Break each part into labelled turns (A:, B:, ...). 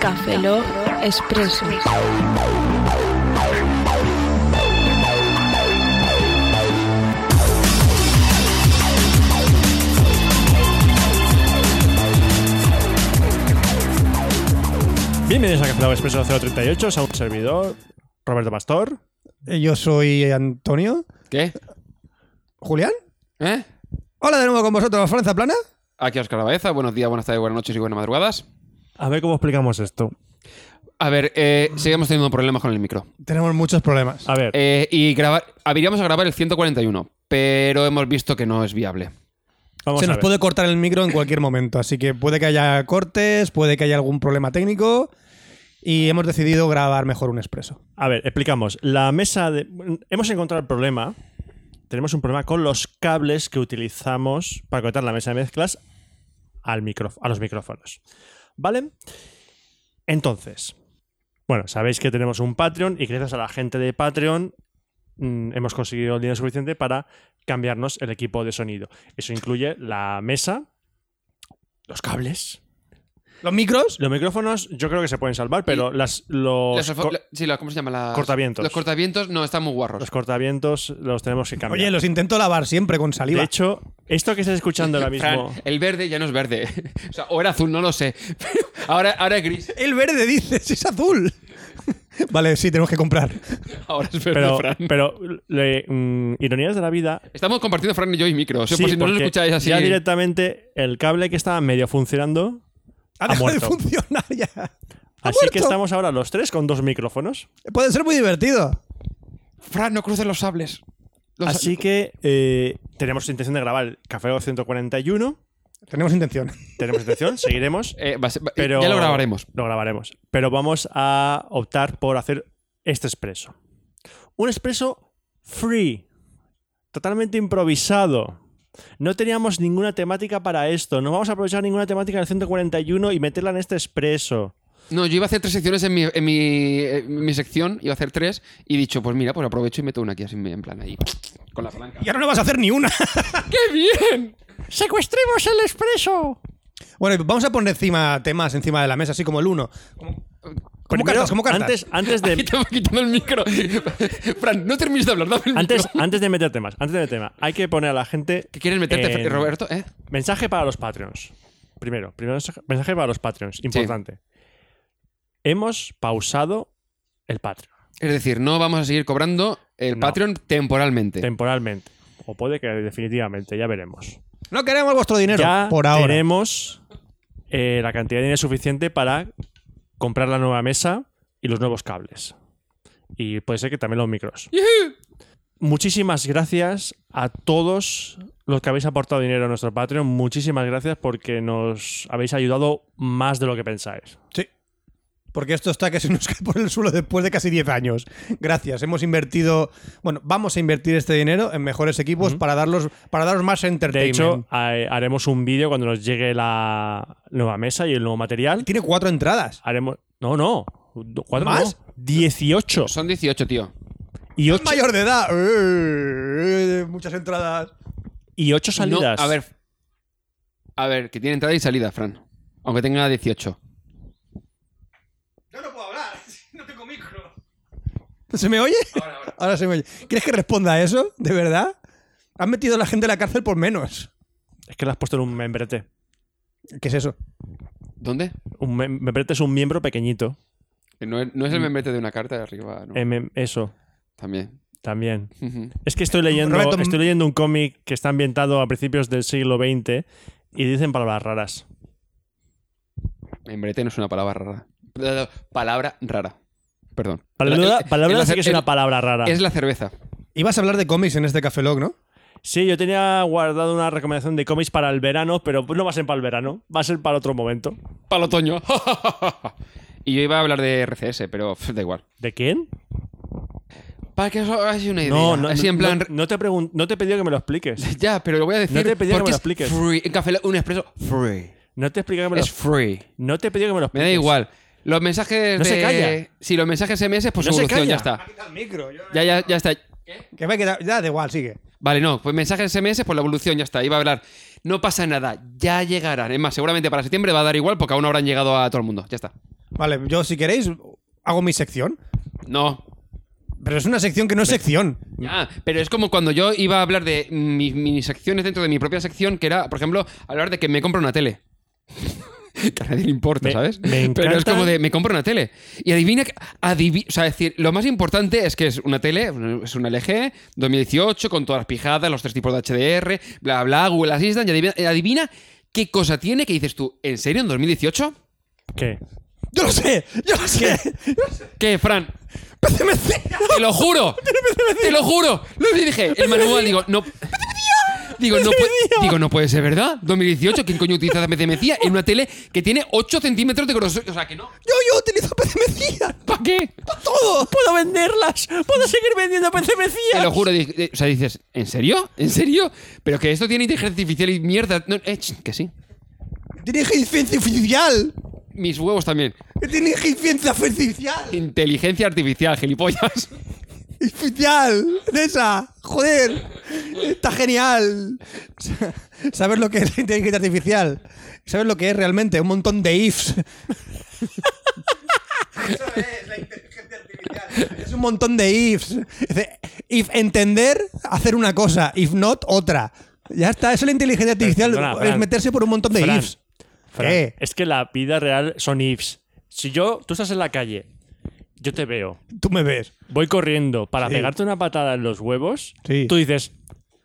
A: Café Log Expreso.
B: Bienvenidos a Café Lab Expreso 038, a un servidor, Roberto Pastor.
C: Eh, Yo soy Antonio.
D: ¿Qué?
C: ¿Julián?
D: ¿Eh?
C: Hola de nuevo con vosotros, Franza Plana.
D: Aquí Oscar Baeza. Buenos días, buenas tardes, buenas noches y buenas madrugadas.
B: A ver cómo explicamos esto.
D: A ver, eh, seguimos teniendo problemas con el micro.
C: Tenemos muchos problemas.
B: A ver,
D: Eh, y grabar, habríamos a grabar el 141, pero hemos visto que no es viable.
B: vamos
C: Se
B: a
C: nos
B: ver.
C: puede cortar el micro en cualquier momento, así que puede que haya cortes, puede que haya algún problema técnico y hemos decidido grabar mejor un expreso.
B: A ver, explicamos. La mesa de. Hemos encontrado el problema. Tenemos un problema con los cables que utilizamos para conectar la mesa de mezclas al micro, a los micrófonos. ¿Vale? Entonces, bueno, sabéis que tenemos un Patreon y gracias a la gente de Patreon mm, hemos conseguido el dinero suficiente para cambiarnos el equipo de sonido. Eso incluye la mesa, los cables,
C: ¿Los micros?
B: los micrófonos. Yo creo que se pueden salvar, pero las, los,
D: Las
B: co-
D: ofo- la- sí, la- ¿cómo se llama? Las-
B: Cortavientos.
D: Los cortavientos no están muy guarros.
B: los cortavientos los tenemos que cambiar.
C: Oye, los intento lavar siempre con
B: De
C: saliva.
B: hecho, esto que estás escuchando ahora
D: Fran,
B: mismo.
D: el verde ya no es verde. o sea, o era azul, no lo sé. Pero ahora, ahora es gris.
C: el verde dices, es azul. vale, sí, tenemos que comprar.
D: Ahora es verde,
B: Pero,
D: Fran.
B: pero le- mm, ironías de la vida.
D: Estamos compartiendo Fran y yo y micros. ¿eh?
B: sí,
D: por si no lo
B: porque
D: escucháis así.
B: Ya direcamente el cable que estaba medio funcionando.
C: Ha
B: Ha
C: dejado de
B: muerto.
C: funcionar ya. Ha
B: así que
C: muerto.
B: estamos ahora los tres con dos micrófonos.
C: Puede ser muy divertido.
D: Fran, no cruces los sables. Los-
B: Así que eh, tenemos intención de grabar el Café Lock 141.
C: Tenemos intención.
B: Tenemos intención, seguiremos.
D: Eh, va a ser- va-
B: Pero
D: Ya lo grabaremos.
B: Lo grabaremos. Pero vamos a optar por hacer este expreso. Un expreso free. Totalmente improvisado. No teníamos ninguna temática para esto. No vamos a aprovechar ninguna temática del 141 y meterla en este expreso.
D: No, yo iba a hacer tres secciones en mi, en mi, en mi sección, iba a hacer tres, y he dicho, pues mira, pues aprovecho y meto una aquí así en plan ahí, con la palanca.
C: Y ahora no vas a hacer ni una.
D: ¡Qué bien!
B: ¡Secuestremos el expreso!
C: Bueno, y vamos a poner encima temas encima de la mesa, así como el uno. Como, como cartas, como cartas.
B: eh, Antes, antes de.
D: Quitamos quitando el micro. Fran, no termines de hablar, dame el
B: Antes,
D: micro.
B: antes de meter temas, antes de meter tema, hay que poner a la gente.
D: ¿Qué quieres meterte,
B: en-
D: Fran- Roberto? ¿Eh?
B: Mensaje para los Patreons. Primero, primero mensaje- mensaje para los Patreons. Importante. Hemos pausado el Patreon
D: Es decir, no vamos a seguir cobrando el
B: No.
D: Patreon temporalmente.
B: temporalmente. O puede que definitivamente, ya veremos.
C: No queremos vuestro dinero
B: ya
C: por ahora.
B: tenemos eh, la cantidad de dinero suficiente para comprar la nueva mesa y los nuevos cables. Y puede ser que también los micros. Muchísimas gracias a todos los que habéis aportado dinero a nuestro Patreon. Muchísimas gracias porque nos habéis ayudado más de lo que pensáis.
C: Sí. Porque esto está que se nos cae por el suelo después de casi 10 años. Gracias. Hemos invertido. Bueno, vamos a invertir este dinero en mejores equipos para darlos para daros más
B: De
C: entertainment.
B: hecho, ha- haremos un vídeo cuando nos llegue la nueva mesa y el nuevo material.
C: tiene cuatro entradas.
B: Haremos. No, no. ¿Cuatro
C: ¿Más?
B: no. 18.
D: Son 18, tío.
B: Y
C: Es
B: 8,
C: mayor de edad. Eh, muchas entradas.
B: y ocho salidas.
D: No, a ver. A ver, que tiene entrada y salida, Fran. Aunque tenga 18.
C: Yo no puedo hablar. No tengo micro. ¿Se me oye?
D: Ahora, ahora.
C: Ahora se me oye. ¿Quieres que responda a eso? ¿De verdad? Han metido a la gente en la cárcel por menos.
B: Es que le has puesto en un membrete.
C: ¿Qué es eso?
D: ¿Dónde?
B: Un mem- membrete es un miembro pequeñito.
D: Que No, es- no es el membrete de una carta de arriba, ¿no?
B: Mm. Em, em, eso,
D: También.
B: también. Es que estoy leyendo,
C: Roberto,
B: estoy leyendo un cómic que está ambientado a principios del siglo XX y dicen palabras raras.
D: Membrete no es una palabra rara. Perdón, Palabra rara. Perdón.
B: Palabra,
D: Es-
B: palabra
D: es la-
B: sí que es una
D: es-
B: palabra rara.
D: Es la cerveza.
C: Ibas a hablar de cómics en este Café Log, ¿no?
B: Sí, yo tenía guardado una recomendación de cómics para el verano, pero no va a ser para el verano, va a ser para otro momento.
D: Para el otoño. y yo iba a hablar de RCS, pero pf, da igual.
B: ¿De quién?
D: Para que eso hagáis una idea.
B: No, no,
D: Así en
B: no-
D: plan.
B: no te pregun- no te he pedido que me lo expliques.
D: Ya, pero lo voy a decir.
B: No te he pedido que
D: porque
B: me lo
D: es
B: expliques.
D: Free. En café, Lock, un expreso free.
B: No te he explicado que me lo
D: Es free.
B: No te he pedido que me lo
D: Me
B: expliques.
D: da igual. Los mensajes
B: No
D: de.
B: se calla.
D: Sí, los mensajes SMS, pues
B: No se
D: evolución,
B: calla.
D: ya está.
C: quitado el micro.
D: Ya, ya, ya está.
C: Que me he quedado. Ya, da igual, sigue.
D: Vale, no, pues mensajes SMS por la evolución, ya está. Iba a hablar. No pasa nada, ya llegarán. Es más, seguramente para septiembre va a dar igual porque aún no habrán llegado a todo el mundo. Ya está.
C: Vale, yo si queréis hago mi sección.
D: No.
C: Pero es una sección que no es sección.
D: Ya, pero es como cuando yo iba a hablar de mis, mis secciones dentro de mi propia sección, que era, por ejemplo, hablar de que me compro una tele. que a nadie le importa,
B: Me-
D: ¿sabes?
B: me
D: Pero es
B: encanta.
D: como de, me compro una tele. Y adivina, que- adivi- o sea, es decir, lo más importante es que es una tele, es una LG 2018, con todas las pijadas, los tres tipos de HDR, bla, bla, Google Assistant, y adivina, adivina qué cosa tiene que dices tú, ¿en serio en 2018?
B: ¿Qué?
C: Yo lo sé, yo lo sé.
D: ¿Qué, Fran?
C: PCMC.
D: Te lo juro. Te lo juro. Lo dije, el manual, digo, no. Digo no, puede, digo, no puede ser verdad. 2018, ¿quién coño utiliza PCMCIA en una tele que tiene 8 centímetros de grosor? O sea, que no.
C: Yo, yo utilizo PCMC.
D: ¿Para qué?
C: Todo.
B: ¡Puedo venderlas! ¡Puedo seguir vendiendo PCMCías!
D: Te lo juro. di- eh, O sea, dices, ¿en serio? ¿En serio? Pero que esto tiene inteligencia artificial y mierda. No, eh, ch, que sí.
C: Tiene inteligencia artificial.
D: Mis huevos también.
C: Que tiene inteligencia artificial.
D: Inteligencia artificial, gilipollas.
C: Artificial. De esa. Joder. Está genial. ¿Sabes lo que es la inteligencia artificial? ¿Sabes lo que es realmente? Un montón de ifs. Eso es la inteligencia artificial. Es un montón de ifs. Dice, If entender, hacer una cosa. If not, otra. Ya está. Eso es la inteligencia artificial.
B: Perdona,
C: es
B: Fran.
C: meterse por un montón de
B: Fran,
C: ifs.
B: Fran,
C: ¿Qué?
B: Es que la vida real son ifs. Si yo, tú estás en la calle, yo te veo,
C: Tú me ves.
B: voy corriendo para
C: Sí.
B: pegarte una patada en los huevos,
C: Sí.
B: tú dices,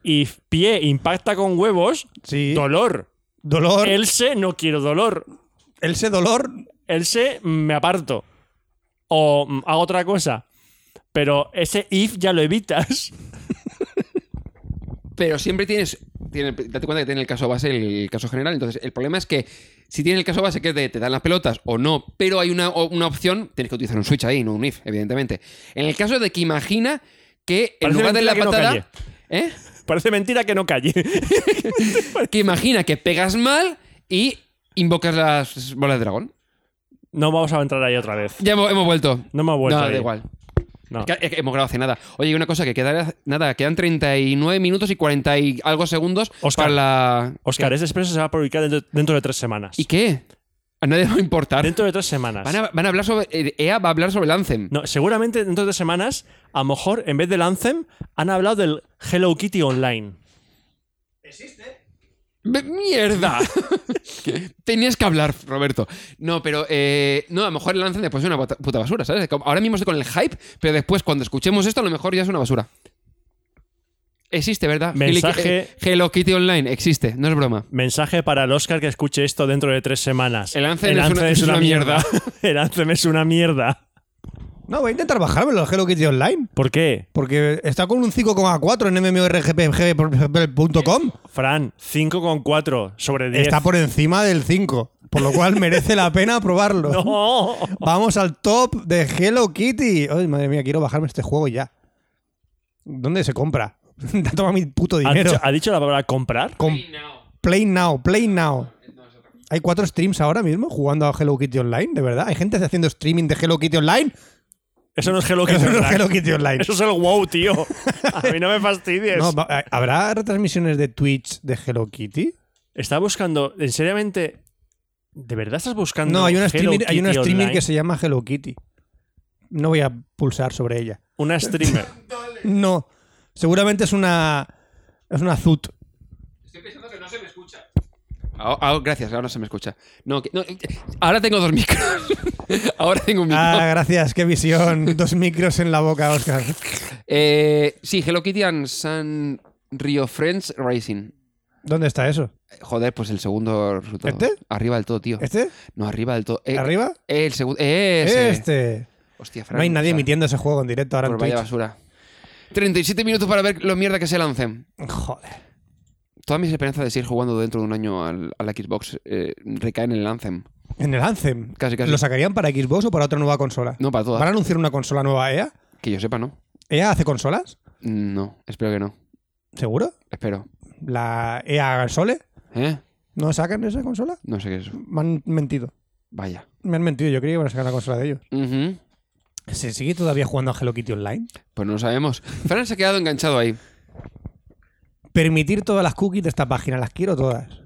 B: if pie impacta con huevos,
C: Sí.
B: dolor.
C: Dolor.
B: Else no quiero dolor.
C: Ese dolor.
B: Else me aparto. O mm, hago otra cosa. Pero ese if ya lo evitas.
D: Pero siempre tienes, tiene- date cuenta que tiene el caso base y el caso general. Entonces, el problema es que si tiene el caso base que es de te dan las pelotas o no, pero hay una, o- una opción, tienes que utilizar un switch ahí, no un if, evidentemente. En el caso de que imagina que en
B: Parece
D: lugar de la
B: mentira que no
D: patada. ¿eh?
B: Parece mentira que no calle.
D: Que imagina que pegas mal y invocas las bolas de dragón.
B: No vamos a entrar ahí otra vez.
D: Ya hemos, hemos vuelto.
B: No hemos vuelto
D: No,
B: ahí.
D: da igual.
B: No.
D: Es que- es que hemos grabado hace nada. Oye, y una cosa que queda nada, quedan 39 minutos y 40 y algo segundos
B: Oscar.
D: para la.
B: Oscar, ese expreso se va a publicar dentro, dentro de tres semanas.
D: ¿Y qué? A nadie le va a importar.
B: Dentro de tres semanas.
D: Van a, van a hablar sobre. eh, EA va a hablar sobre el Anthem.
B: No, seguramente dentro de semanas, a lo mejor en vez del Anthem, han hablado del Hello Kitty Online.
D: ¡Me- ¡Mierda! Que Tenías que hablar, Roberto. No, pero. eh, no, a lo mejor el Anthem después es una bata- puta basura, ¿sabes? Como Ahora mismo estoy con el hype, pero después cuando escuchemos esto, a lo mejor ya es una basura. Existe, ¿verdad?
B: Mensaje-
D: Hello Kitty- eh, Hello Kitty Online existe, no es broma.
B: Mensaje para el Oscar que escuche esto dentro de tres semanas.
D: El Anthem es una- es una
B: el Anthem es una mierda.
C: No, voy a intentar bajármelo el Hello Kitty Online.
B: ¿Por qué?
C: Porque está con un 5,4 en mmorgp.com.
B: Fran, 5,4 sobre 10.
C: Está por encima del 5. Por lo cual merece la pena probarlo.
B: No.
C: Vamos al top de Hello Kitty. Ay, madre mía, quiero bajarme este juego ya. ¿Dónde se compra? Toma mi puto
B: ¿Ha
C: dinero.
B: dicho, ha dicho la palabra comprar?
C: Con- play now, play now. Hay cuatro streams ahora mismo jugando a Hello Kitty Online, de verdad. Hay gente haciendo streaming de Hello Kitty Online.
B: Eso no es Hello Kitty
C: Eso no es
B: Online.
C: Hello Kitty Online.
B: Eso es el wow, tío. A mí no me fastidies.
C: No, va- eh, ¿Habrá retransmisiones de Twitch de Hello Kitty?
B: Está buscando, en seriamente, ¿de verdad estás buscando?
C: No, hay una
B: Hello
C: streamer, hay
B: Kitty
C: una streamer
B: Online?
C: que se llama Hello Kitty. No voy a pulsar sobre ella.
B: Una streamer.
C: No, seguramente es una es una zut.
D: Estoy pensando que no se me escucha. Ah, gracias, ahora se me escucha. No, que- no, eh, ahora tengo dos micros. ahora tengo un micro.
C: Ah, gracias, qué visión. Dos micros en la boca, Oscar.
D: Eh, sí, Hello Kitty and San Rio Friends Racing.
C: ¿Dónde está eso?
D: Joder, pues el segundo resultado.
C: ¿Este?
D: Arriba del todo, tío.
C: ¿Este?
D: No, arriba del todo. Eh,
C: ¿Arriba?
D: eh, el segundo. eh, ese.
C: Este.
D: Hostia, Fran,
C: No hay nadie
D: o sea,
C: emitiendo ese juego en directo ahora en
D: Pues vaya
C: Twitch.
D: basura. 37 minutos para ver lo mierda que se lancen.
C: Joder.
D: Todas mis esperanzas de seguir jugando dentro de un año al, a la Xbox eh, recaen en el Anthem.
C: En el Anthem.
D: Casi, casi.
C: ¿Lo sacarían para Xbox o para otra nueva consola?
D: No, para todas.
C: ¿Van a anunciar una consola nueva E EA?
D: Que yo sepa, ¿no?
C: ¿EA hace consolas?
D: No, espero que no.
C: ¿Seguro?
D: Espero.
C: ¿La EA Sole?
D: ¿Eh?
C: ¿No sacan esa consola?
D: No sé qué es eso.
C: Me han mentido.
D: Vaya.
C: Me han mentido, yo creía que iban a sacar la consola de ellos.
D: Ujú.
C: ¿Se sigue todavía jugando a Hello Kitty Online?
D: Pues no lo sabemos. Fran se ha quedado enganchado ahí.
C: Permitir todas las cookies de esta página, las quiero todas.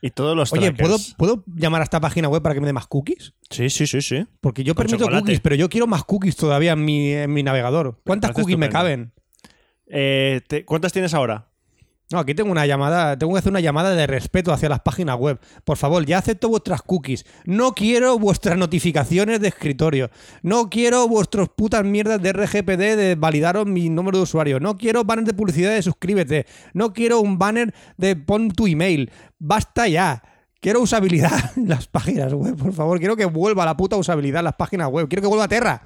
B: Y todos los
C: Oye, ¿puedo,
B: trackers.
C: ¿puedo llamar a esta página web para que me dé más cookies?
B: Sí, sí, sí, sí.
C: Porque yo
B: Con
C: permito
B: chocolate.
C: cookies, pero yo quiero más cookies todavía en mi, en mi navegador. ¿Cuántas
B: parece
C: cookies me
B: estupendo.
C: caben?
B: Eh, te- ¿Cuántas tienes ahora?
C: No, aquí tengo una llamada, tengo que hacer una llamada de respeto hacia las páginas web. Por favor, ya acepto vuestras cookies. No quiero vuestras notificaciones de escritorio. No quiero vuestros putas mierdas de RGPD de validaros mi número de usuario. No quiero banner de publicidad de suscríbete. No quiero un banner de pon tu email. Basta ya. Quiero usabilidad en las páginas web, por favor. Quiero que vuelva la puta usabilidad en las páginas web. Quiero que vuelva a Terra.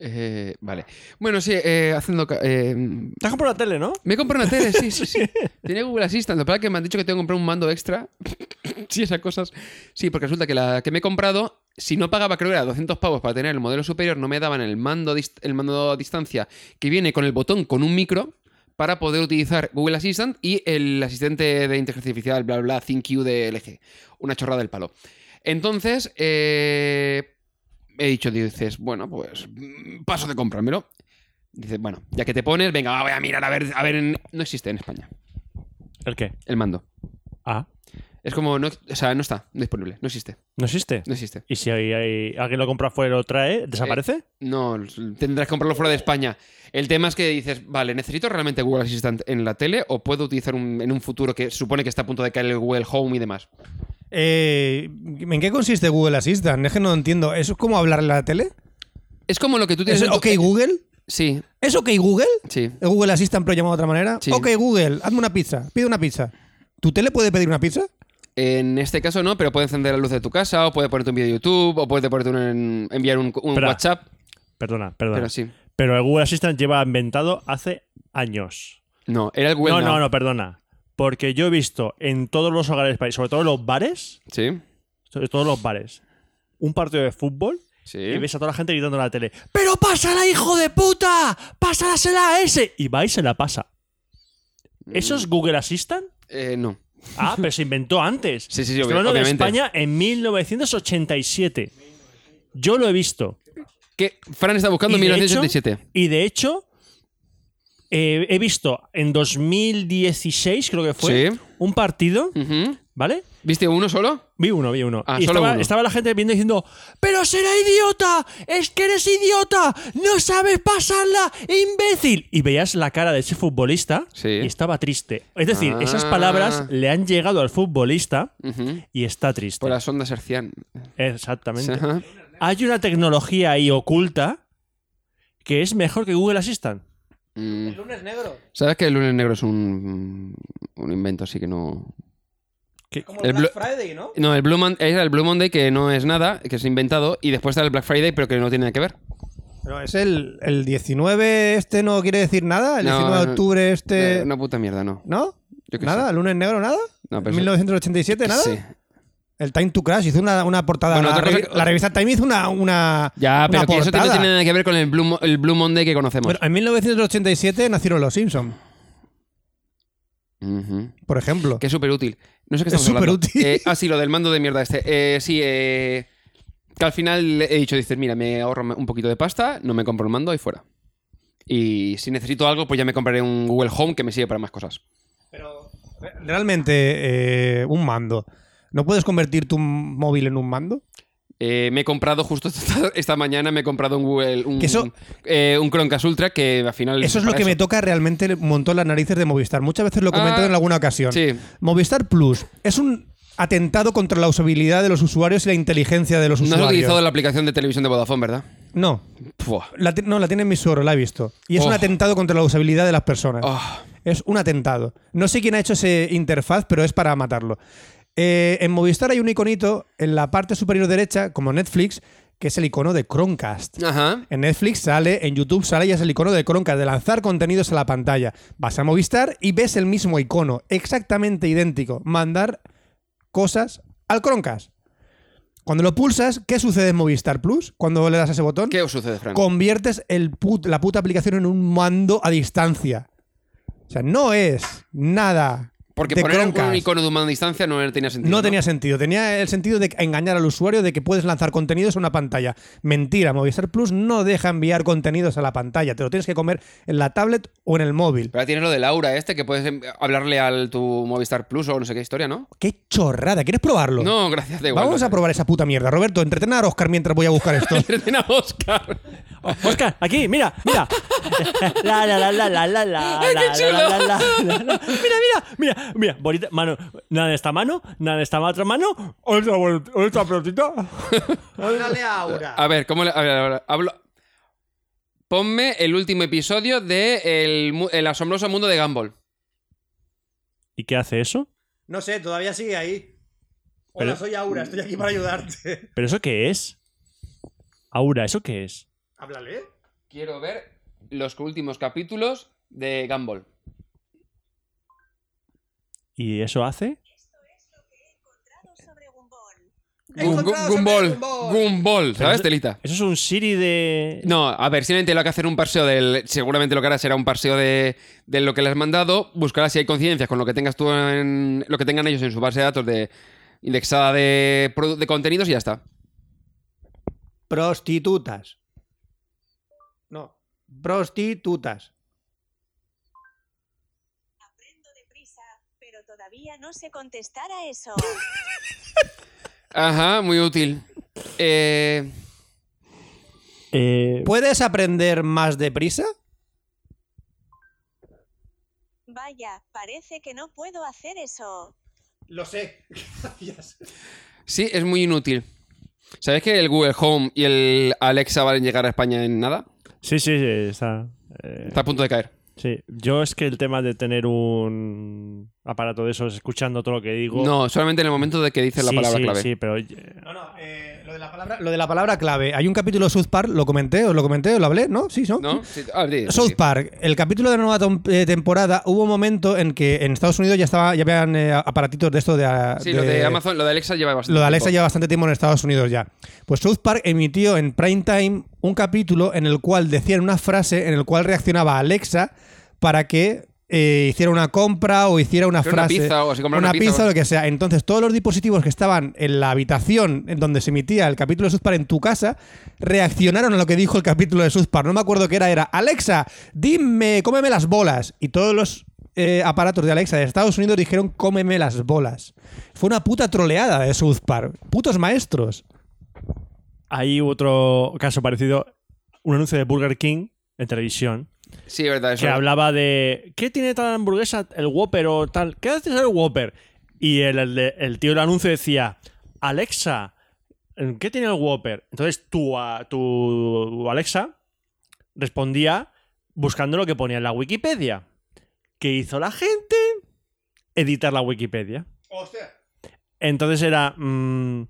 D: Eh, vale. Bueno, sí, eh, haciendo. ca- eh,
B: Te has comprado la tele, ¿no?
D: me compré una tele, sí, sí, sí. Tenía Google Assistant. Lo que pasa es que me han dicho que tengo que comprar un mando extra. sí, esas cosas. Sí, porque resulta que la que me he comprado, si no pagaba, creo que era 200 pavos para tener el modelo superior, no me daban el mando, dist- el mando a distancia que viene con el botón con un micro para poder utilizar Google Assistant y el asistente de inteligencia artificial, bla, bla, bla, ThinQ de LG. Una chorrada del palo. Entonces, eh, he dicho, dices, bueno, pues mm, paso de comprármelo. Dices, bueno, ya que te pones, venga, va, voy a mirar a ver, a ver, en- no existe en España
B: ¿El qué?
D: el mando.
B: Ah,
D: Es como, no, o sea, no está disponible, no existe,
B: no existe.
D: no existe.
B: ¿Y si hay- hay- alguien lo compra fuera y lo trae, desaparece?
D: No, tendrás que comprarlo fuera de España. El tema es que dices, vale, ¿necesito realmente Google Assistant en la tele o puedo utilizar un- en un futuro que supone que está a punto de caer el Google Home y demás?
C: Eh, ¿En qué consiste Google Assistant? Es que no entiendo. ¿Eso es como hablar en la tele?
D: Es como lo que tú tienes...
C: ¿Es
D: en tu-
C: OK Google?
D: Sí,
C: ¿Es OK Google?
D: sí.
C: ¿Es Google Assistant pero llamado de otra manera?
D: Sí.
C: Ok Google, hazme una pizza, pide una pizza. ¿Tu tele puede pedir una pizza?
D: En este caso no, pero puede encender la luz de tu casa o puede ponerte un vídeo de YouTube o puede ponerte un, enviar un, un
B: Espera.
D: WhatsApp.
B: Perdona, perdona.
D: Pero sí.
B: Pero el Google Assistant lleva inventado hace años.
D: No, era el Google
B: no,
D: Now.
B: no, no, perdona. Porque yo he visto en todos los hogares, país, sobre todo en los bares,
D: Sí,
B: sobre todo en los bares, un partido de fútbol
D: sí.
B: y ves a toda la gente gritando en la tele: ¡Pero pásala, hijo de puta! ¡Pásalasela a ese! Y va y se la pasa. ¿Eso
D: Mm.
B: es Google Assistant?
D: Eh, no.
B: Ah, pero se inventó antes.
D: Sí, sí, sí,
B: Estoy
D: obvi-
B: hablando de
D: obviamente.
B: España en 1987. Yo lo he visto.
D: Que Fran está buscando
B: Y de
D: 1987.
B: hecho- y de hecho, eh, he visto en 2016, creo que fue,
D: Sí.
B: un partido,
D: Ujú.
B: ¿vale?
D: ¿Viste uno solo?
B: Vi uno, vi uno.
D: Ah,
B: y
D: solo
B: estaba,
D: uno.
B: estaba la gente viendo diciendo, pero será idiota, es que eres idiota, no sabes pasarla, imbécil. Y veías la cara de ese futbolista
D: Sí.
B: y estaba triste. Es decir,
D: Ah.
B: esas palabras le han llegado al futbolista
D: Ujú.
B: y está triste.
D: Por las ondas hercian.
B: Exactamente.
D: Ajá.
B: Hay una tecnología ahí oculta que es mejor que Google Assistant.
D: Mm.
C: Lunes negro.
D: ¿Sabes que el lunes negro es un, un invento, así que no.
C: Como
D: el El Black Blo-
C: Friday, ¿no?
D: No, el Blue Mon- era el Blue Monday que no es nada, que es inventado, y después está el Black Friday, pero que no tiene nada que ver.
C: es el, el 19 este no quiere decir nada, el
D: No,
C: 19 de
D: no.
C: octubre
D: Eh,
C: este...
D: Una puta mierda, no.
C: ¿No?
D: Yo qué
C: ¿Nada?
D: sé.
C: ¿Lunes negro nada?
D: No, pero eso-
C: ¿1987 nada?
D: Sí.
C: El Time to Crash hizo una, una portada.
D: Bueno,
C: la,
D: otra cosa
C: revi-
D: que-
C: la revista Time hizo una... una
D: Ya,
C: una
D: pero que eso no
C: portada.
D: tiene nada que ver con el Blue, Mo- el Blue Monday que conocemos.
C: Bueno, en 1987 nacieron los Simpsons,
D: Ujú.
C: por ejemplo.
D: Que es súper útil. No sé qué
C: Es
D: estamos hablando.
C: superútil.
D: Eh, ah, sí, lo del mando de mierda este. Eh, sí, eh, que al final he dicho, dices, mira, me ahorro un poquito de pasta, no me compro el mando y fuera. Y si necesito algo, pues ya me compraré un Google Home que me sirve para más cosas.
C: Pero re- realmente eh, un mando. ¿No puedes convertir tu m- móvil en un mando?
D: Eh, me he comprado justo esta, esta mañana, me he comprado un Google, un,
C: Que eso-
D: eh, un Chromecast Ultra que al final...
C: Eso es lo
D: para
C: que me toca realmente un montón las narices de Movistar. Muchas veces lo he comentado
D: Ah,
C: en alguna ocasión.
D: sí.
C: Movistar Plus es un atentado contra la usabilidad de los usuarios y la inteligencia de los
D: No has
C: usuarios.
D: utilizado la aplicación de televisión de Vodafone, ¿verdad?
C: No,
D: Pua.
C: la ti- no, la tiene en mi suegro, la he visto. Y es
D: Oh.
C: un atentado contra la usabilidad de las personas.
D: Ah,
C: Es un atentado. No sé quién ha hecho ese interfaz, pero es para matarlo. Eh, en Movistar hay un iconito en la parte superior derecha, como Netflix, que es el icono de Chromecast.
D: Ajá.
C: En Netflix sale, en YouTube sale y es el icono de Chromecast, de lanzar contenidos a la pantalla. Vas a Movistar y ves el mismo icono, exactamente idéntico, mandar cosas al Chromecast. Cuando lo pulsas, ¿qué sucede en Movistar Plus? Cuando le das a ese botón,
D: ¿Qué os sucede, Fran?
C: conviertes el put- la puta aplicación en un mando a distancia. O sea, no es nada
D: Porque
C: de
D: poner un
C: Chromecast.
D: icono de humana distancia no tenía sentido.
C: No tenía sentido. Tenía el sentido de engañar al usuario de que puedes lanzar contenidos a una pantalla. Mentira, Movistar Plus no deja enviar contenidos a la pantalla. Te lo tienes que comer en la tablet o en el móvil.
D: Pero ahora tienes lo de Laura este, que puedes em, hablarle al tu Movistar Plus o no sé qué historia, ¿no?
C: ¡Qué chorrada! ¿Quieres probarlo?
D: No, gracias, da igual.
C: Vamos a probar esa puta mierda. Roberto, entreten a Oscar mientras voy a buscar esto.
D: Entreten a Oscar.
B: Oscar, aquí, mira, mira. La, la, la, la, la, la, la,
D: Ay, qué
B: la,
D: chulo.
B: la, la, la, la, la. Mira, mira, mira, mira, bonita mano. Nada en esta mano, nada en esta otra mano. Otra, bol- otra pelotita.
C: Háblale a Aura.
D: A ver, ¿cómo le. A ver, a ver, hablo. Ponme el último episodio de El, mu- El asombroso mundo de Gumball.
B: ¿Y qué hace eso?
C: No sé, todavía sigue ahí.
B: Hola, Pero-
C: soy Aura, estoy aquí para ayudarte.
B: ¿Pero eso qué es? Aura, ¿eso qué es?
C: Háblale.
D: Quiero ver los últimos capítulos de Gumball.
B: ¿Y eso hace?
C: He
D: Gu-
C: encontrado
D: gu-
C: sobre
D: Gumball.
C: Gumball.
D: Gumball, ¿sabes,
B: Pero-
D: Telita?
B: ¿Eso es un Siri de...?
D: No, a ver, simplemente lo que hacer un parseo del. Seguramente lo que hará será un parseo de, de lo que les has mandado. Buscará si hay coincidencias con lo que tengas tú en. Lo que tengan ellos en su base de datos de indexada de, produ- de contenidos y ya está.
C: Prostitutas. No. Prostitutas.
E: Aprendo deprisa, pero todavía no sé contestar a eso.
D: Ajá, muy útil. Eh,
B: Eh,
C: ¿Puedes aprender más deprisa?
E: Vaya, parece que no puedo hacer eso.
C: Lo sé. Gracias.
D: sí, es muy inútil. ¿Sabes que el Google Home y el Alexa van a llegar a España en nada?
B: sí, sí, sí, está... eh,
D: Está a punto de caer.
B: sí. Yo es que el tema de tener un aparato de esos escuchando todo lo que digo...
D: No, solamente en el momento de que dices la
B: Sí,
D: palabra
B: sí,
D: clave.
B: Sí, pero... eh,
C: No, no, eh, lo, de la palabra, lo de la palabra clave. Hay un capítulo de South Park, lo comenté, os lo comenté, os lo hablé, ¿no? Sí, ¿no?
D: ¿No? Sí, ah, sí, sí.
C: South Park, el capítulo de la nueva tom- eh, temporada, hubo un momento en que en Estados Unidos ya estaba, ya habían eh, aparatitos de esto de, a-
D: Sí, lo de Amazon, lo de Alexa lleva bastante.
C: Lo de Alexa
D: tiempo.
C: lleva bastante tiempo en Estados Unidos ya. Pues South Park emitió en prime time un capítulo en el cual decían una frase en el cual reaccionaba Alexa para que eh, hiciera una compra o hiciera una
D: Creo una
C: frase.
D: pizza o así, comprar una pizza
C: pizza,
D: o-
C: o lo que sea. Entonces, todos los dispositivos que estaban en la habitación en donde se emitía el capítulo de South Park en tu casa reaccionaron a lo que dijo el capítulo de South Park. No me acuerdo qué era. Era Alexa, dime, cómeme las bolas. Y todos los. eh, aparatos de Alexa de Estados Unidos dijeron cómeme las bolas. Fue una puta troleada de South Park. Putos maestros.
B: Hay otro caso parecido, un anuncio de Burger King en televisión
D: Sí, es verdad. Eso.
B: que hablaba de ¿qué tiene tal hamburguesa, el Whopper o tal? ¿Qué haces el Whopper? Y el, el de- el tío del anuncio decía, Alexa, ¿qué tiene el Whopper? Entonces tu, a- tu Alexa respondía buscando lo que ponía en la Wikipedia. ¿Qué hizo la gente? Editar la Wikipedia. Entonces era. mm,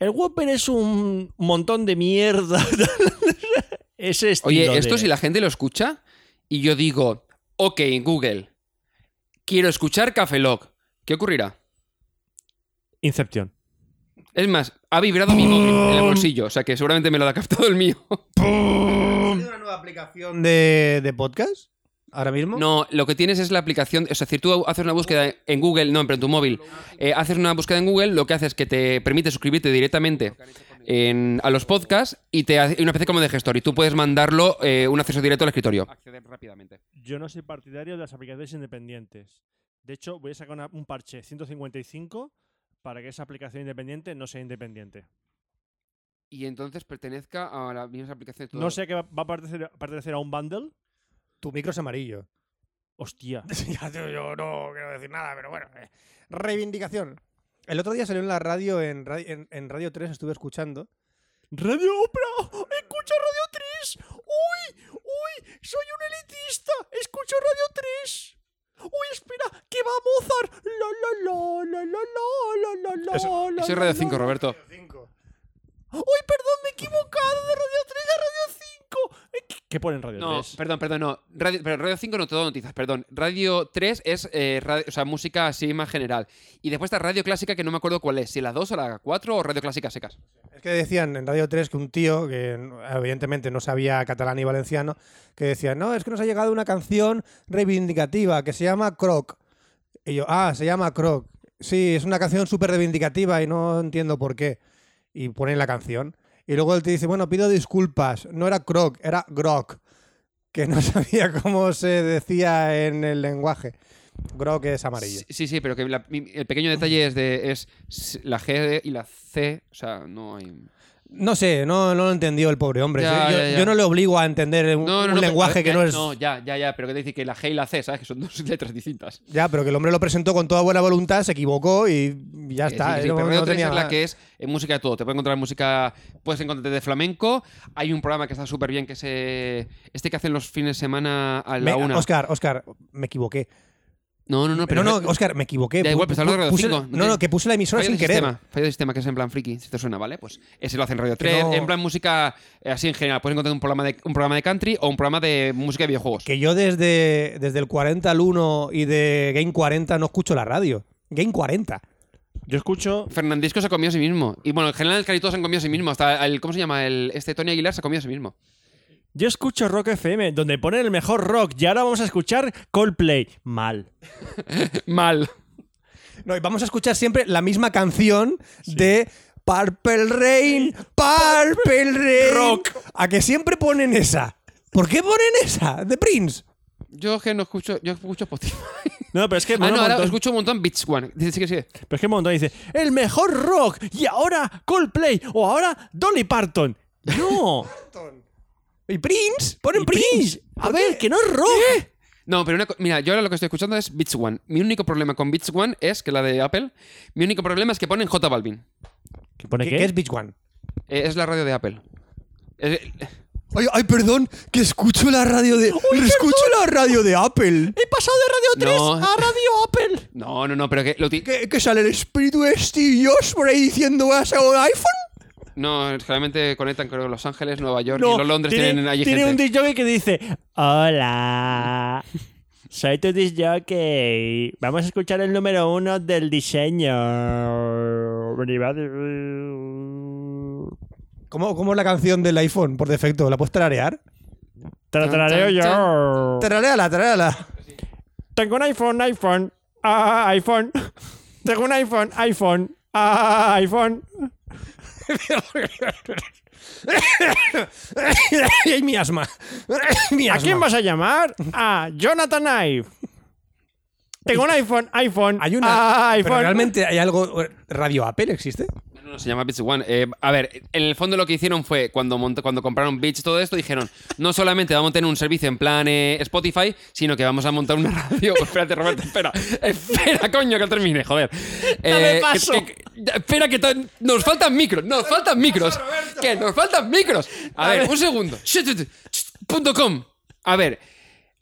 B: el Whopper es un montón de mierda. Ese estilo
D: Oye, esto
B: de-
D: si la gente lo escucha y yo digo, ok, Google, quiero escuchar Cafelog, ¿qué ocurrirá?
B: Inception.
D: Es más, ha vibrado mi móvil en el bolsillo, o sea que seguramente me lo ha captado el mío.
C: una nueva aplicación de, de podcast? ¿Ahora mismo?
D: No, lo que tienes es la aplicación, es decir, tú haces una búsqueda en Google, no, pero en tu móvil, eh, haces una búsqueda en Google, lo que haces es que te permite suscribirte directamente en- a los podcasts y te hace y una especie como de gestor y tú puedes mandarlo eh, un acceso directo al escritorio. Acceder rápidamente.
B: Yo no soy partidario de las aplicaciones independientes. De hecho, voy a sacar una- un parche 155 para que esa aplicación independiente no sea independiente.
D: Y entonces pertenezca a las mismas aplicaciones.
B: No sé que va va a pertenecer, pertenecer a un bundle.
C: Tu micro es amarillo.
B: Hostia.
C: ya, tío, yo no quiero decir nada, pero bueno. eh. Reivindicación. El otro día salió en la radio, en, radi- en, en Radio 3 estuve escuchando.
B: Radio Opra, escucha Radio 3. Uy, uy, soy un elitista, escucho Radio 3. Uy, espera, que va Mozart. La, la, la, la, la, la, la, la, la,
C: Eso-
B: la,
D: Eso es
B: la,
D: Radio
B: la.
D: 5, Roberto.
B: Uy, perdón, me he equivocado de Radio 3 a Radio 5. Eh, ¿qué- ¿Qué ponen Radio
D: No,
B: 3?
D: perdón, perdón, no. Radio, pero Radio 5 no te da noticias, perdón. Radio 3 es eh, radio- o sea, música así más general. Y después está Radio Clásica, que no me acuerdo cuál es, si la 2 o la 4 o Radio Clásica secas.
C: Es que decían en Radio 3 que un tío, que evidentemente no sabía catalán y valenciano, que decía, no, es que nos ha llegado una canción reivindicativa que se llama Croc. Y yo, ah, se llama Croc. Sí, es una canción súper reivindicativa y no entiendo por qué. Y ponen la canción. Y luego él te dice, bueno, pido disculpas. No era Croc, era Grok. Que no sabía cómo se decía en el lenguaje. Grok es amarillo.
D: Sí, sí, sí, pero que la- mi- el pequeño detalle es de es s- la G y la C, o sea, no hay...
C: No sé, no, no lo entendió el pobre hombre.
D: Ya,
C: yo,
D: ya, ya.
C: yo no le obligo a entender un,
D: No,
C: un
D: no, no,
C: lenguaje
D: pero- eh,
C: que no es...
D: No, ya, ya, ya, pero que te dice que la G y la C, ¿sabes? Que son dos letras distintas.
C: Ya, pero que el hombre lo presentó con toda buena voluntad, se equivocó y ya
D: Sí,
C: está.
D: Eh, sí, sí,
C: no-
D: pero Radio
C: no
D: 3
C: tenía
D: es
C: nada.
D: la que es eh, música de todo. Te puedes encontrar música, puedes encontrarte de flamenco. Hay un programa que está súper bien, que es eh, este que hacen los fines de semana a la
C: Me-
D: una.
C: Oscar, Oscar, me equivoqué.
D: No, no, no, pero.
C: No, no, Oscar, me equivoqué.
D: Da
C: Pu-
D: igual, pero está hablando de Radio
C: puse-
D: 5.
C: No, no, que puse la emisora
D: Fallo
C: sin
D: del
C: querer.
D: sistema, fallo del sistema, que es en plan friki, si te suena, ¿vale? Pues ese lo hacen Radio
C: Que
D: 3.
C: no-
D: En plan música, eh, así en general. Puedes encontrar un programa, de, un programa de country o un programa de música de videojuegos.
C: Que yo desde, desde el 40 al 1 y de Game 40 no escucho la radio. Game 40.
B: Yo escucho.
D: Fernandisco se comió a sí mismo. Y bueno, en general el Carito se han comido a sí mismo. Hasta el, ¿Cómo se llama? El, este Tony Aguilar se ha comido a sí mismo.
B: Yo escucho Rock FM, donde ponen el mejor rock. Y ahora vamos a escuchar Coldplay. Mal.
D: Mal.
C: No, y vamos a escuchar siempre la misma canción de Purple Rain, Purple Rain.
B: Rock.
C: A que siempre ponen esa. ¿Por qué ponen esa? De Prince.
D: Yo que no escucho, yo escucho Spotify.
B: No, pero es que.
D: Ah,
B: mola
D: no,
B: un
D: ahora
B: montón.
D: escucho un montón Beach One. Dice, sigue, sigue.
B: Pero es que un montón dice: ¡El mejor rock! Y ahora Coldplay. O ahora Dolly Parton. No.
C: ¿Y Prince? Ponen
B: Y
C: Prince.
B: A ver, que no es rock.
D: No, pero una co- mira, yo ahora lo que estoy escuchando es Beach One. Mi único problema con Beach One es que la de Apple, mi único problema es que ponen J Balvin.
B: ¿Qué pone
C: ¿Qué,
B: qué?
C: qué es Beach One?
D: Eh, es la radio de Apple. Eh, eh,
C: Ay, ay, perdón, que escucho la radio de. escucho la radio de Apple.
B: He pasado de Radio 3
D: No.
B: a Radio Apple.
D: no, no, no, pero que lo ti-
C: ¿Que, que sale el espíritu de Steve Jobs por ahí diciendo vas a un iPhone?
D: No, generalmente conectan con Los Ángeles, Nueva York
B: No,
D: y los Londres
B: tiene,
D: tienen allí
B: tiene un
D: gente.
B: disc jockey que dice: Hola. Soy tu disc jockey. Vamos a escuchar el número uno del diseño.
C: ¿Cómo, cómo es la canción del iPhone por defecto? ¿La puedes tararear?
B: Tratareo
D: Chan,
B: yo.
C: Tarareala, tarareala.
B: Tengo un iPhone, iPhone, ah, iPhone. Tengo un iPhone, iPhone, ah, iPhone.
C: ¡Ay, mi asma! mi
B: ¿A
C: asma.
B: quién vas a llamar? A Jonathan Ive. Tengo un iPhone, iPhone,
C: Hay una.
B: ah,
C: pero
B: iPhone.
C: realmente hay algo. ¿Radio Apple existe?
D: No, no, se llama Beach One. Eh, a ver, en el fondo lo que hicieron fue, cuando, mont- cuando compraron Beach todo esto, dijeron, no solamente vamos a tener un servicio en plan eh, Spotify, sino que vamos a montar una radio. Oh, Espérate, Roberto, espera. Espera, coño, que termine, joder. Eh,
B: Dame
D: que-
B: paso.
D: que- que- espera, que to- nos faltan micros, nos faltan micros. Que nos faltan micros. A ver, un segundo. Shh, shh, shh, punto .com. A ver,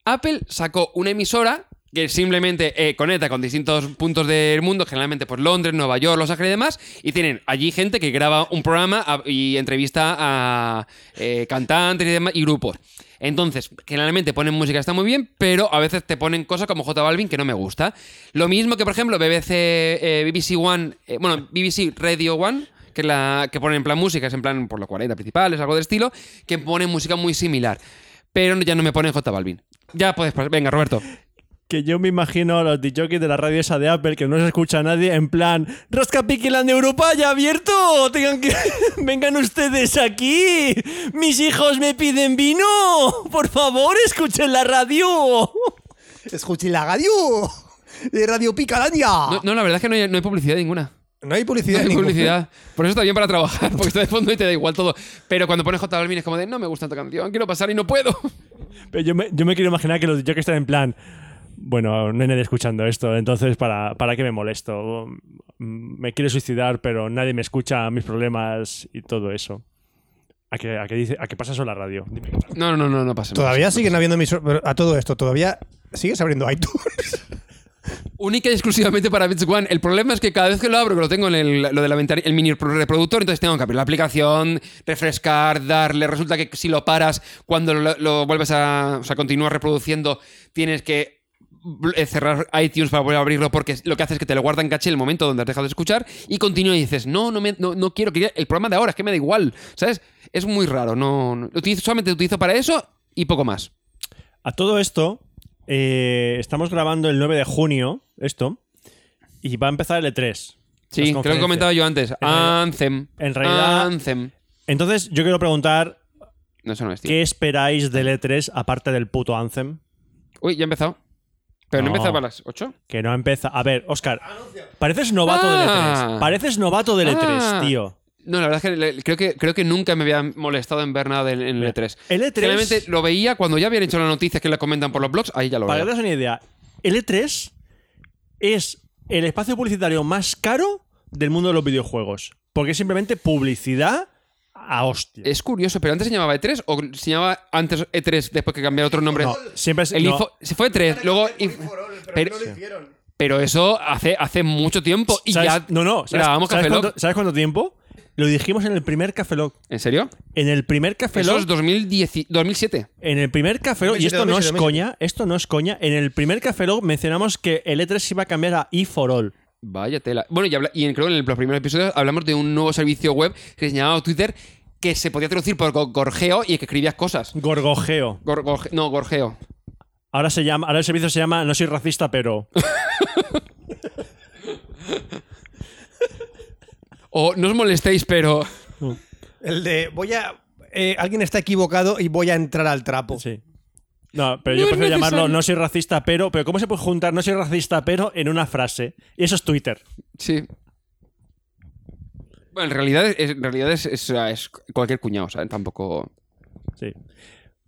D: Apple sacó una emisora que simplemente eh, conecta con distintos puntos del mundo, generalmente por Londres, Nueva York, Los Ángeles y demás, y tienen allí gente que graba un programa a- y entrevista a eh, cantantes y demás y grupos. Entonces, generalmente ponen música, está muy bien, pero a veces te ponen cosas como J Balvin que no me gusta. Lo mismo que, por ejemplo, BBC, eh, BBC One, eh, bueno, BBC Radio One, que, es la, que ponen en plan música, es en plan por los 40 principales, algo del estilo, que ponen música muy similar. Pero ya no me ponen J Balvin. Ya puedes pasar. Venga, Roberto.
B: Que yo me imagino a los DJs de la radio esa de Apple que no se escucha a nadie en plan Rasca Piquiland de Europa ya abierto. Tengan que vengan ustedes aquí. Mis hijos me piden vino. Por favor, escuchen la radio.
C: Escuché la radio. De Radio Picalandia.
D: No, no, la verdad es que no hay, no hay publicidad ninguna.
C: No hay
D: No
C: publicidad.
D: hay
C: Ah. ninguna.
D: publicidad. Por eso está bien para trabajar, porque está de fondo y te da igual todo. Pero cuando pones J Balvin es como de no me gusta esta canción, quiero pasar y no puedo.
B: Pero yo me, yo me quiero imaginar que los DJs están en plan. Bueno, no hay nadie escuchando esto, entonces ¿para, ¿para qué me molesto? Mm, Me quiero suicidar, pero nadie me escucha mis problemas y todo eso. ¿A qué, a qué dice, a qué pasa eso en la radio? Dime.
D: No, no, no, no, no pasa nada.
C: Todavía siguen habiendo mis. pero A todo esto, todavía. ¿Sigues abriendo iTunes?
D: Única y exclusivamente para Beats One. El problema es que cada vez que lo abro, que lo tengo en el, lo de la ventana, el mini reproductor, entonces tengo que abrir la aplicación, refrescar, darle. Resulta que si lo paras, cuando lo, lo vuelves a. O sea, continúas reproduciendo, tienes que bl- eh, cerrar iTunes para volver a abrirlo porque lo que hace es que te lo guarda en caché el momento donde has dejado de escuchar y continúa y dices no no, me- no, no quiero quería el programa de ahora es que me da igual ¿sabes? es muy raro no, no- lo utilizo solamente lo utilizo para eso y poco más
B: A todo esto, eh, estamos grabando el 9 de junio esto y va a empezar el E3. las
D: Sí, creo que
B: conferencias.
D: comentaba yo antes.
B: realidad-
D: Anthem.
B: en realidad-
D: Anthem.
B: Entonces, yo quiero preguntar,
D: No, eso no es, tío.
B: ¿qué esperáis del E3 aparte del puto Anthem?
D: Uy, ya ha empezado. Pero no,
B: No.
D: empezaba a las 8.
B: Que no empieza. A ver, Oscar, pareces novato
D: Ah.
B: del E3. Pareces novato del
D: Ah.
B: E3, tío.
D: No, la verdad es que le- creo que, creo que nunca me había molestado en ver nada en, en el E3.
B: El E E3
D: Realmente lo veía cuando ya habían hecho las noticias que la comentan por los blogs, ahí ya lo
B: Para
D: veía.
B: que te hagas una idea, el E3 es el espacio publicitario más caro del mundo de los videojuegos. Porque es simplemente publicidad a hostia.
D: Es curioso, pero antes se llamaba E3 o se llamaba antes E3 después que cambiaron otro nombre.
B: No, siempre es-
D: Eh, El
B: no.
D: info- se fue E3, luego inf- pero, pero eso hace, hace mucho tiempo y
B: ¿Sabes?
D: ya
B: no, no. ¿sabes,
D: grabamos
B: ¿sabes
D: Café Lock.
B: cuánto, ¿Sabes cuánto tiempo? Lo dijimos en el primer Café Lock.
D: ¿En serio?
B: En el primer Café
D: Eso
B: Lock.
D: es 2010, 2007.
B: En el primer Café Lock, y
F: 2007,
B: esto no es
F: 2007.
B: coña, esto no es coña, en el primer Café Lock mencionamos que el E3 se iba a cambiar a E E4All.
D: Vaya tela. Bueno, y, habla- y en, creo en el- los primeros episodios hablamos de un nuevo servicio web que se llamaba Twitter que se podía traducir por go- gorjeo y que escribías cosas.
B: Gorgojeo.
D: Gor- gorje- no, gorjeo.
B: Ahora se llama, ahora el servicio se llama No soy racista, pero.
D: O no os molestéis, pero...
C: El de voy a. eh, alguien está equivocado y voy a entrar al
D: Oh.
C: trapo.
B: Sí. No, pero
D: No
B: yo
D: es
B: prefiero llamarlo
D: necesario.
B: No soy racista, pero. Pero ¿cómo se puede juntar No soy racista, pero en una frase? Y eso es Twitter.
D: Sí. Bueno, en realidad, es- en realidad es, es- es cualquier cuñado, o sea, tampoco...
B: Sí.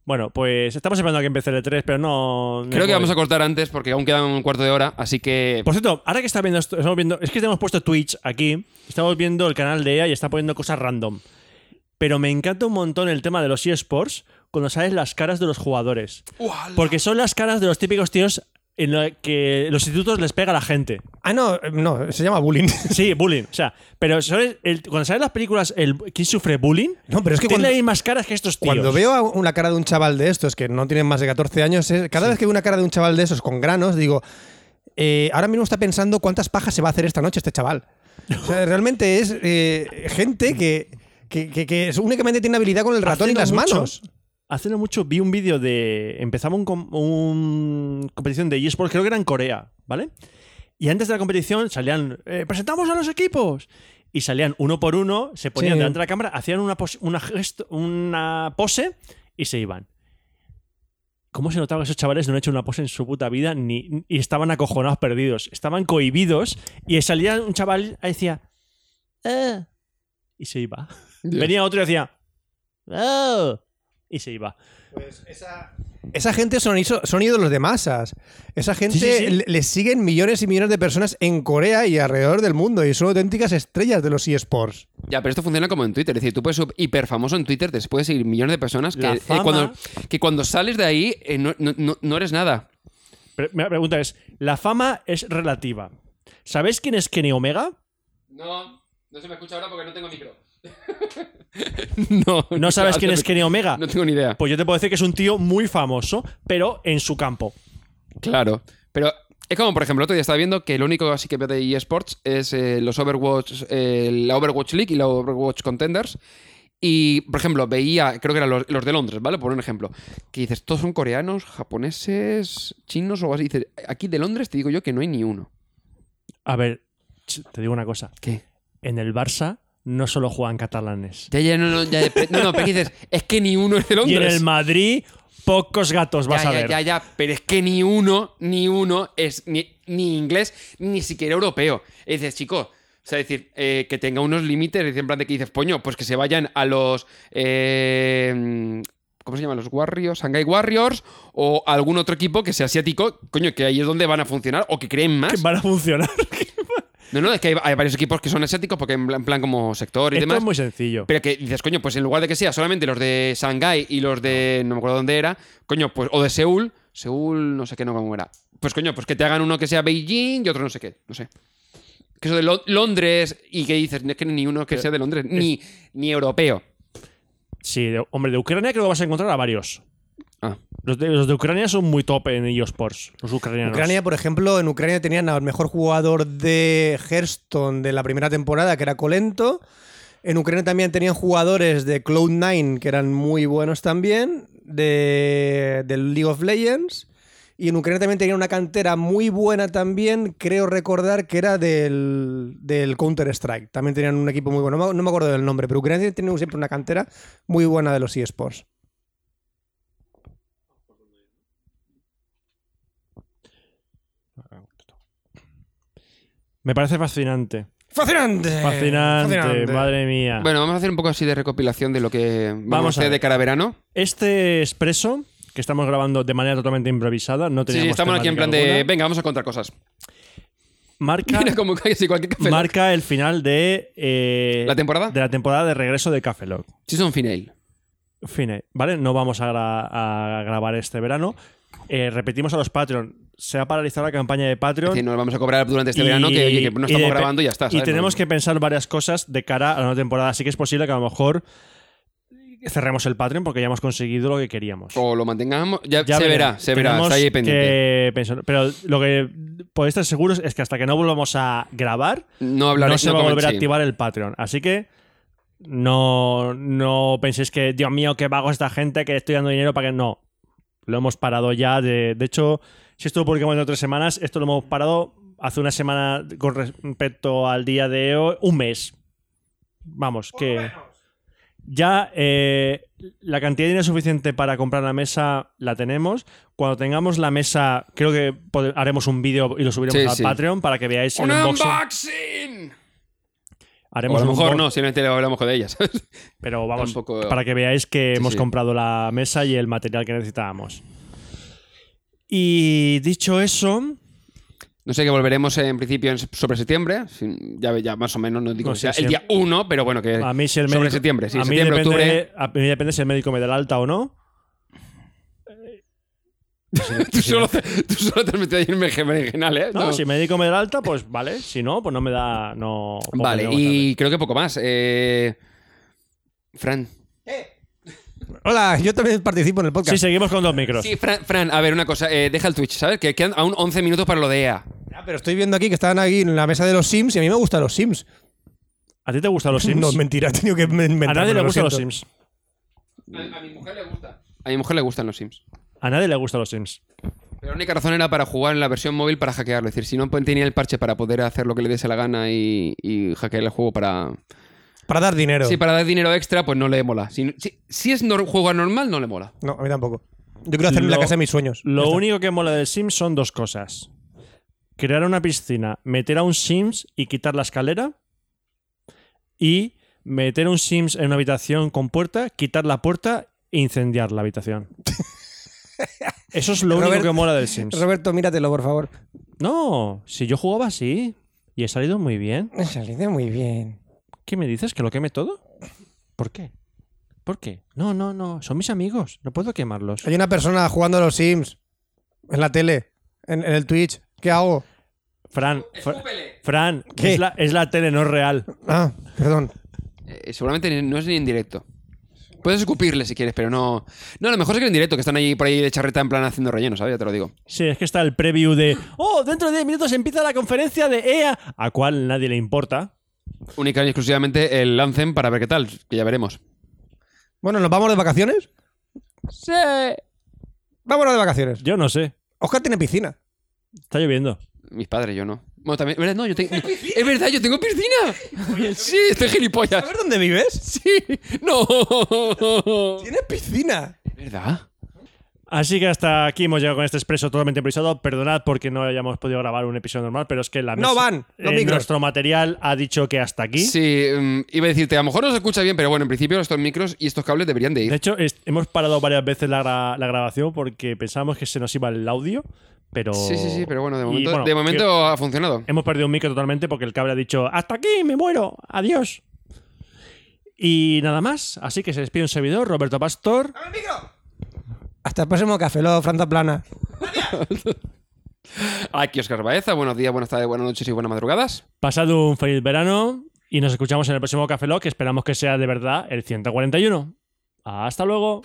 B: Bueno, pues estamos esperando a que empiece el E3, pero no. no
D: Creo que
B: voy.
D: vamos a cortar antes porque aún queda un cuarto de hora, así que...
B: Por cierto, ahora que está viendo esto, estamos viendo, es que hemos puesto Twitch aquí, estamos viendo el canal de EA y está poniendo cosas random. Pero me encanta un montón el tema de los eSports cuando sabes las caras de los jugadores. Porque son las caras de los típicos tíos en los que los institutos les pega a la gente.
C: Ah, no, eh, no, se llama bullying.
B: Sí, bullying. O sea, pero ¿sabes? El- cuando salen las películas el, quién sufre bullying,
C: No, pero es que
B: tiene
C: cuando-
B: las mismas caras que estos tíos.
C: Cuando veo a una cara de un chaval de estos que no tienen más de 14 años, es- cada vez que veo una cara de un chaval de esos con granos, digo, eh, ahora mismo está pensando cuántas pajas se va a hacer esta noche este chaval. O sea, realmente es eh, gente que, que, que- que es- únicamente tiene habilidad con el ratón
B: Hace
C: y
B: no
C: las
B: mucho-
C: manos.
B: Hace no mucho vi un vídeo de. Empezaba un, com- un competición de eSports, creo que era en Corea, ¿vale? Y antes de la competición salían. eh, ¡Presentamos a los equipos! Y salían uno por uno, se ponían
C: Sí.
B: delante de la cámara, hacían una, pos- una, gesto- una pose y se iban. ¿Cómo se notaba que esos chavales no han hecho una pose en su puta vida ni, y estaban acojonados, perdidos? Estaban cohibidos y salía un chaval y decía. "Eh", y se iba.
D: Dios.
B: Venía otro y decía. "Oh", y se iba.
C: Pues Esa gente son, iso- son ídolos de masas. Esa gente
B: Sí, sí, sí.
C: le- les siguen millones y millones de personas en Corea y alrededor del mundo y son auténticas estrellas de los eSports.
D: Ya, pero esto funciona como en Twitter. Es decir, tú puedes ser hiper famoso en Twitter, te puedes seguir millones de personas que,
B: La
D: eh,
B: fama-
D: cuando, que cuando sales de ahí eh, no, no- no- no eres nada.
B: Pero la pregunta es, la fama es relativa. ¿Sabéis quién es Kenny Omega?
D: No, no se me escucha ahora porque no tengo micro. no,
B: ¿No sabes quién es Kenny Omega?
D: No tengo ni idea.
B: Pues yo te puedo decir que es un tío muy famoso, pero en su campo.
D: Claro, pero es como, por ejemplo, el otro día estaba viendo que lo único así que veo de eSports es eh, los Overwatch, eh, la Overwatch League y la Overwatch Contenders. Y, por ejemplo, veía, creo que eran los, los de Londres, ¿vale? Por un ejemplo, que dices, todos son coreanos, japoneses, chinos o así. Y Dices, aquí de Londres te digo yo que no hay ni uno.
B: A ver, ch, te digo una cosa.
D: ¿Qué?
B: En el Barça no solo juegan catalanes.
D: Ya, ya, no, no, ya, pero- no, no, pero que dices, es que ni uno es de
B: Y en
D: Londres.
B: el Madrid, pocos gatos vas
D: ya,
B: a
D: ya,
B: ver.
D: ya, ya, pero es que ni uno, ni uno es ni, ni inglés, ni siquiera europeo. Y dices, chico, o sea, decir, eh, que tenga unos límites, es decir, en plan de que dices, poño, pues que se vayan a los. eh, ¿Cómo se llaman? Los Warriors, Shanghai Warriors, o algún otro equipo que sea asiático, coño, que ahí es donde van a funcionar o que creen más.
B: Que Van a funcionar.
D: No, no, es que hay, hay varios equipos que son asiáticos porque en plan, en plan como sector y
B: Esto
D: demás.
B: es muy sencillo.
D: Pero que dices, coño, pues en lugar de que sea solamente los de Shanghái y los de. no me acuerdo dónde era, coño, pues. o de Seúl, Seúl, no sé qué, no cómo era. Pues coño, pues que te hagan uno que sea Beijing y otro no sé qué, no sé. Que eso de Lo- Londres y que dices, no es que ni uno que sea de Londres, ni, ni europeo.
B: Sí, de- hombre, de Ucrania creo que vas a encontrar a varios.
D: Ah,
B: Los de, los de Ucrania son muy top en eSports, los ucranianos.
C: Ucrania, por ejemplo, en Ucrania tenían al mejor jugador de Hearthstone de la primera temporada, que era Colento. En Ucrania también tenían jugadores de Cloud9, que eran muy buenos también, de, del League of Legends. Y en Ucrania también tenía una cantera muy buena también, creo recordar que era del, del Counter-Strike. También tenían un equipo muy bueno, no me- no me acuerdo del nombre, pero Ucrania tiene siempre una cantera muy buena de los eSports.
B: Me parece fascinante.
C: ¡Fascinante!
B: Fascinante, madre mía.
D: Eh, Ah. Bueno, vamos a hacer un poco así de recopilación de lo que vamos,
B: Vamos
D: a
B: a
D: hacer
B: ver.
D: de cara a verano.
B: Este expreso que estamos grabando de manera totalmente improvisada, no
D: Sí,
B: teníamos
D: sí, estamos aquí en plan
B: temática
D: de.
B: alguna,
D: Venga, vamos a contar cosas.
B: marca,
D: Mira como casi cualquier café.
B: marca el final de eh,
D: ¿La temporada?
B: de la temporada de regreso de Café Lock.
D: Season final.
B: Fine, ¿vale? No vamos a, gra- a grabar este verano. Eh, repetimos a los Patreon. Se ha paralizado la campaña de
D: Es
B: Patreon.
D: decir, nos vamos a cobrar durante este verano que, oye, que no
B: y
D: estamos
B: de-
D: grabando y ya está.
B: Y
D: ¿sabes?
B: tenemos
D: No-
B: que pensar varias cosas de cara a la nueva temporada. Así que es posible que a lo mejor cerremos el Patreon porque ya hemos conseguido lo que queríamos.
D: O lo mantengamos. Oh, Ya,
B: Ya
D: se verá, se verá.
B: Tenemos
D: Está ahí pendiente.
B: que pensar- Pero lo que podéis estar seguros es que hasta que no volvamos a grabar,
D: No hablaré
B: no se va a
D: comen-
B: volver a
D: sí.
B: activar el Patreon. Así que no, no penséis que, Dios mío, qué vago esta gente que estoy dando dinero para que. No. Lo hemos parado ya. De, de hecho, si esto lo publicamos dentro de tres semanas, esto lo hemos parado hace una semana con respecto al día de hoy. Un mes. Vamos, que. Ya eh, la cantidad de dinero suficiente para comprar la mesa la tenemos. Cuando tengamos la mesa, creo que pod- haremos un vídeo y lo subiremos
D: Sí,
B: al
D: sí.
B: Patreon para que veáis
D: ¡Un
B: el unboxing.
D: unboxing! O
B: Haremos
D: a lo
B: un
D: mejor
B: unboxing.
D: no, simplemente le hablamos de ellas.
B: Pero vamos,
D: Tampoco-
B: para que veáis que
D: Sí,
B: hemos
D: sí.
B: comprado la mesa y el material que necesitábamos. Y dicho eso,
D: No sé que volveremos en principio en- sobre septiembre. sin- Ya, ya más o menos, no digo
B: No
D: que
B: sé
D: sea
B: si
D: el día 1, pero bueno, que
B: a mí si el
D: Eh, sobre
B: médico.
D: septiembre, sí,
B: a mí
D: septiembre,
B: depende, a mí depende si el médico me da el alta o no.
D: tú, solo te, tú solo te has metido ahí en merengenal, ¿eh?
B: No,
D: No.
B: Si el médico me da el alta, pues vale. Si no, pues no me da. No, pongo
D: Vale,
B: yo
D: y creo que poco más. Eh, Fran.
C: Hola, yo también participo en el
B: tarde. Sí,
C: podcast.
B: seguimos con dos micros.
D: Sí, Fran, Fran, a ver, una cosa. eh, deja el Twitch, ¿sabes? Que quedan aún 11 minutos para lo de E EA.
C: Ah, pero estoy viendo aquí que estaban aquí en la mesa de los Sims y a mí me gustan los Sims.
B: ¿A ti te gustan los Sims?
C: No, mentira, he tenido que inventar.
B: a nadie le gustan los Sims.
D: A, mi mujer le gusta. A mi mujer le gustan los Sims.
B: A nadie le gustan los Sims.
D: Pero la única razón era para jugar en la versión móvil para hackearlo. Es decir, si no tenía el parche para poder hacer lo que le diese la gana y, y hackear el juego para.
C: Para dar dinero.
D: Sí, para dar dinero extra, pues no le mola. Si, si, si es nor- juego normal, no le mola.
C: No, a mí tampoco. Yo quiero hacerme la
B: Lo-
C: casa de mis sueños. Ya
B: Lo
C: está.
B: único que mola del Sims son dos cosas: crear una piscina, meter a un Sims y quitar la escalera. Y meter un Sims en una habitación con puerta, quitar la puerta e incendiar la habitación. Eso es lo
C: Robert-
B: único que mola del Sims.
C: Roberto, míratelo, por favor.
B: No, si yo jugaba así y he salido muy bien.
C: Ha salido muy bien.
B: ¿Qué me dices? ¿Que lo queme todo? ¿Por qué? ¿Por qué? No, no, no. Son mis amigos. No puedo quemarlos.
C: Hay una persona jugando a los Sims en la tele, en, en el Twitch. ¿Qué hago?
B: Fran, Fra- Fran,
C: ¿Qué?
B: Es, la, es la tele, no es real.
C: Ah, perdón.
D: Eh, seguramente ni- no es ni en directo. Puedes escupirle si quieres, pero no. No, lo mejor es que en directo, que están ahí por ahí de charreta en plan haciendo relleno, ¿sabes? Ya te lo digo.
B: Sí, es que está el preview de. ¡Oh! Dentro de 10 minutos empieza la conferencia de EA, a cual nadie le importa.
D: Única y exclusivamente el Lancen para ver qué tal, que ya veremos.
C: Bueno, ¿nos vamos de vacaciones?
D: Sí.
C: Vámonos de vacaciones.
B: Yo no sé.
C: Oscar tiene piscina.
B: Está lloviendo.
D: Mis padres, yo no. Bueno, también. ¿Verdad? No, yo tengo. Es verdad, yo tengo piscina. Sí, estoy gilipollas.
C: ¿Sabes dónde vives?
D: Sí. No.
C: Tienes piscina.
D: ¿Verdad?
B: Así que hasta aquí hemos llegado con este expreso totalmente improvisado. Perdonad porque no hayamos podido grabar un episodio normal, pero es que la
C: No
B: mesa- eh,
C: van los micros.
B: Nuestro material ha dicho que hasta aquí.
D: Sí, mm, iba a decirte, a lo mejor no se escucha bien, pero bueno, en principio estos micros y estos cables deberían de ir.
B: De hecho, es- hemos parado varias veces la, gra- la grabación porque pensábamos que se nos iba el audio, pero.
D: Sí, sí, sí, pero bueno, de
B: Y,
D: momento,
B: bueno,
D: de momento
B: que-
D: ha funcionado.
B: Hemos perdido un micro totalmente porque el cable ha dicho ¡Hasta aquí! ¡Me muero! ¡Adiós! Y nada más. Así que se despide un servidor, Roberto Pastor.
C: Hasta el próximo café, lo Franta Plana.
D: Aquí Oscar Baeza, buenos días, buenas tardes, buenas noches y buenas madrugadas.
B: Pasad un feliz verano y nos escuchamos en el próximo Café Lock, que esperamos que sea de verdad el 141. ¡Hasta luego!